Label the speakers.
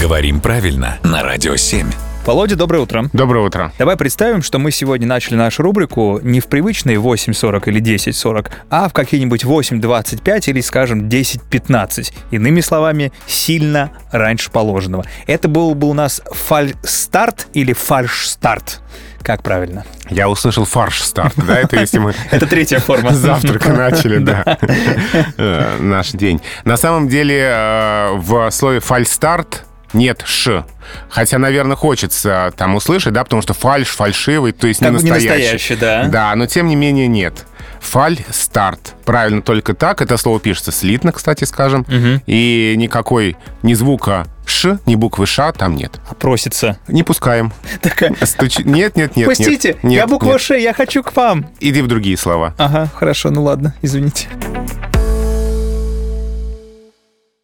Speaker 1: Говорим правильно на Радио 7.
Speaker 2: Володя, доброе утро.
Speaker 3: Доброе утро.
Speaker 2: Давай представим, что мы сегодня начали нашу рубрику не в привычные 8.40 или 10.40, а в какие-нибудь 8.25 или, скажем, 10.15. Иными словами, сильно раньше положенного. Это был бы у нас фальстарт или фальшстарт? Как правильно?
Speaker 3: Я услышал фарш старт, да? Это если мы
Speaker 2: Это третья форма.
Speaker 3: с завтрака начали, да, э, наш день. На самом деле э, в слове фальстарт нет «ш». Хотя, наверное, хочется там услышать, да, потому что фальш, фальшивый, то есть
Speaker 2: Как
Speaker 3: не
Speaker 2: бы не
Speaker 3: настоящий.
Speaker 2: настоящий, да.
Speaker 3: Да, но тем не менее нет. Фальстарт. Правильно, только так. Это слово пишется слитно, кстати, скажем. И никакой ни звука «ш», ни буквы «ша» там нет.
Speaker 2: Просится.
Speaker 3: Не пускаем.
Speaker 2: Такая,
Speaker 3: Стучи- Нет, нет, нет.
Speaker 2: Пустите,
Speaker 3: нет,
Speaker 2: я
Speaker 3: нет,
Speaker 2: буква
Speaker 3: нет.
Speaker 2: Ш, я хочу к вам.
Speaker 3: Иди в другие слова.
Speaker 2: Ага, хорошо, ну ладно, извините.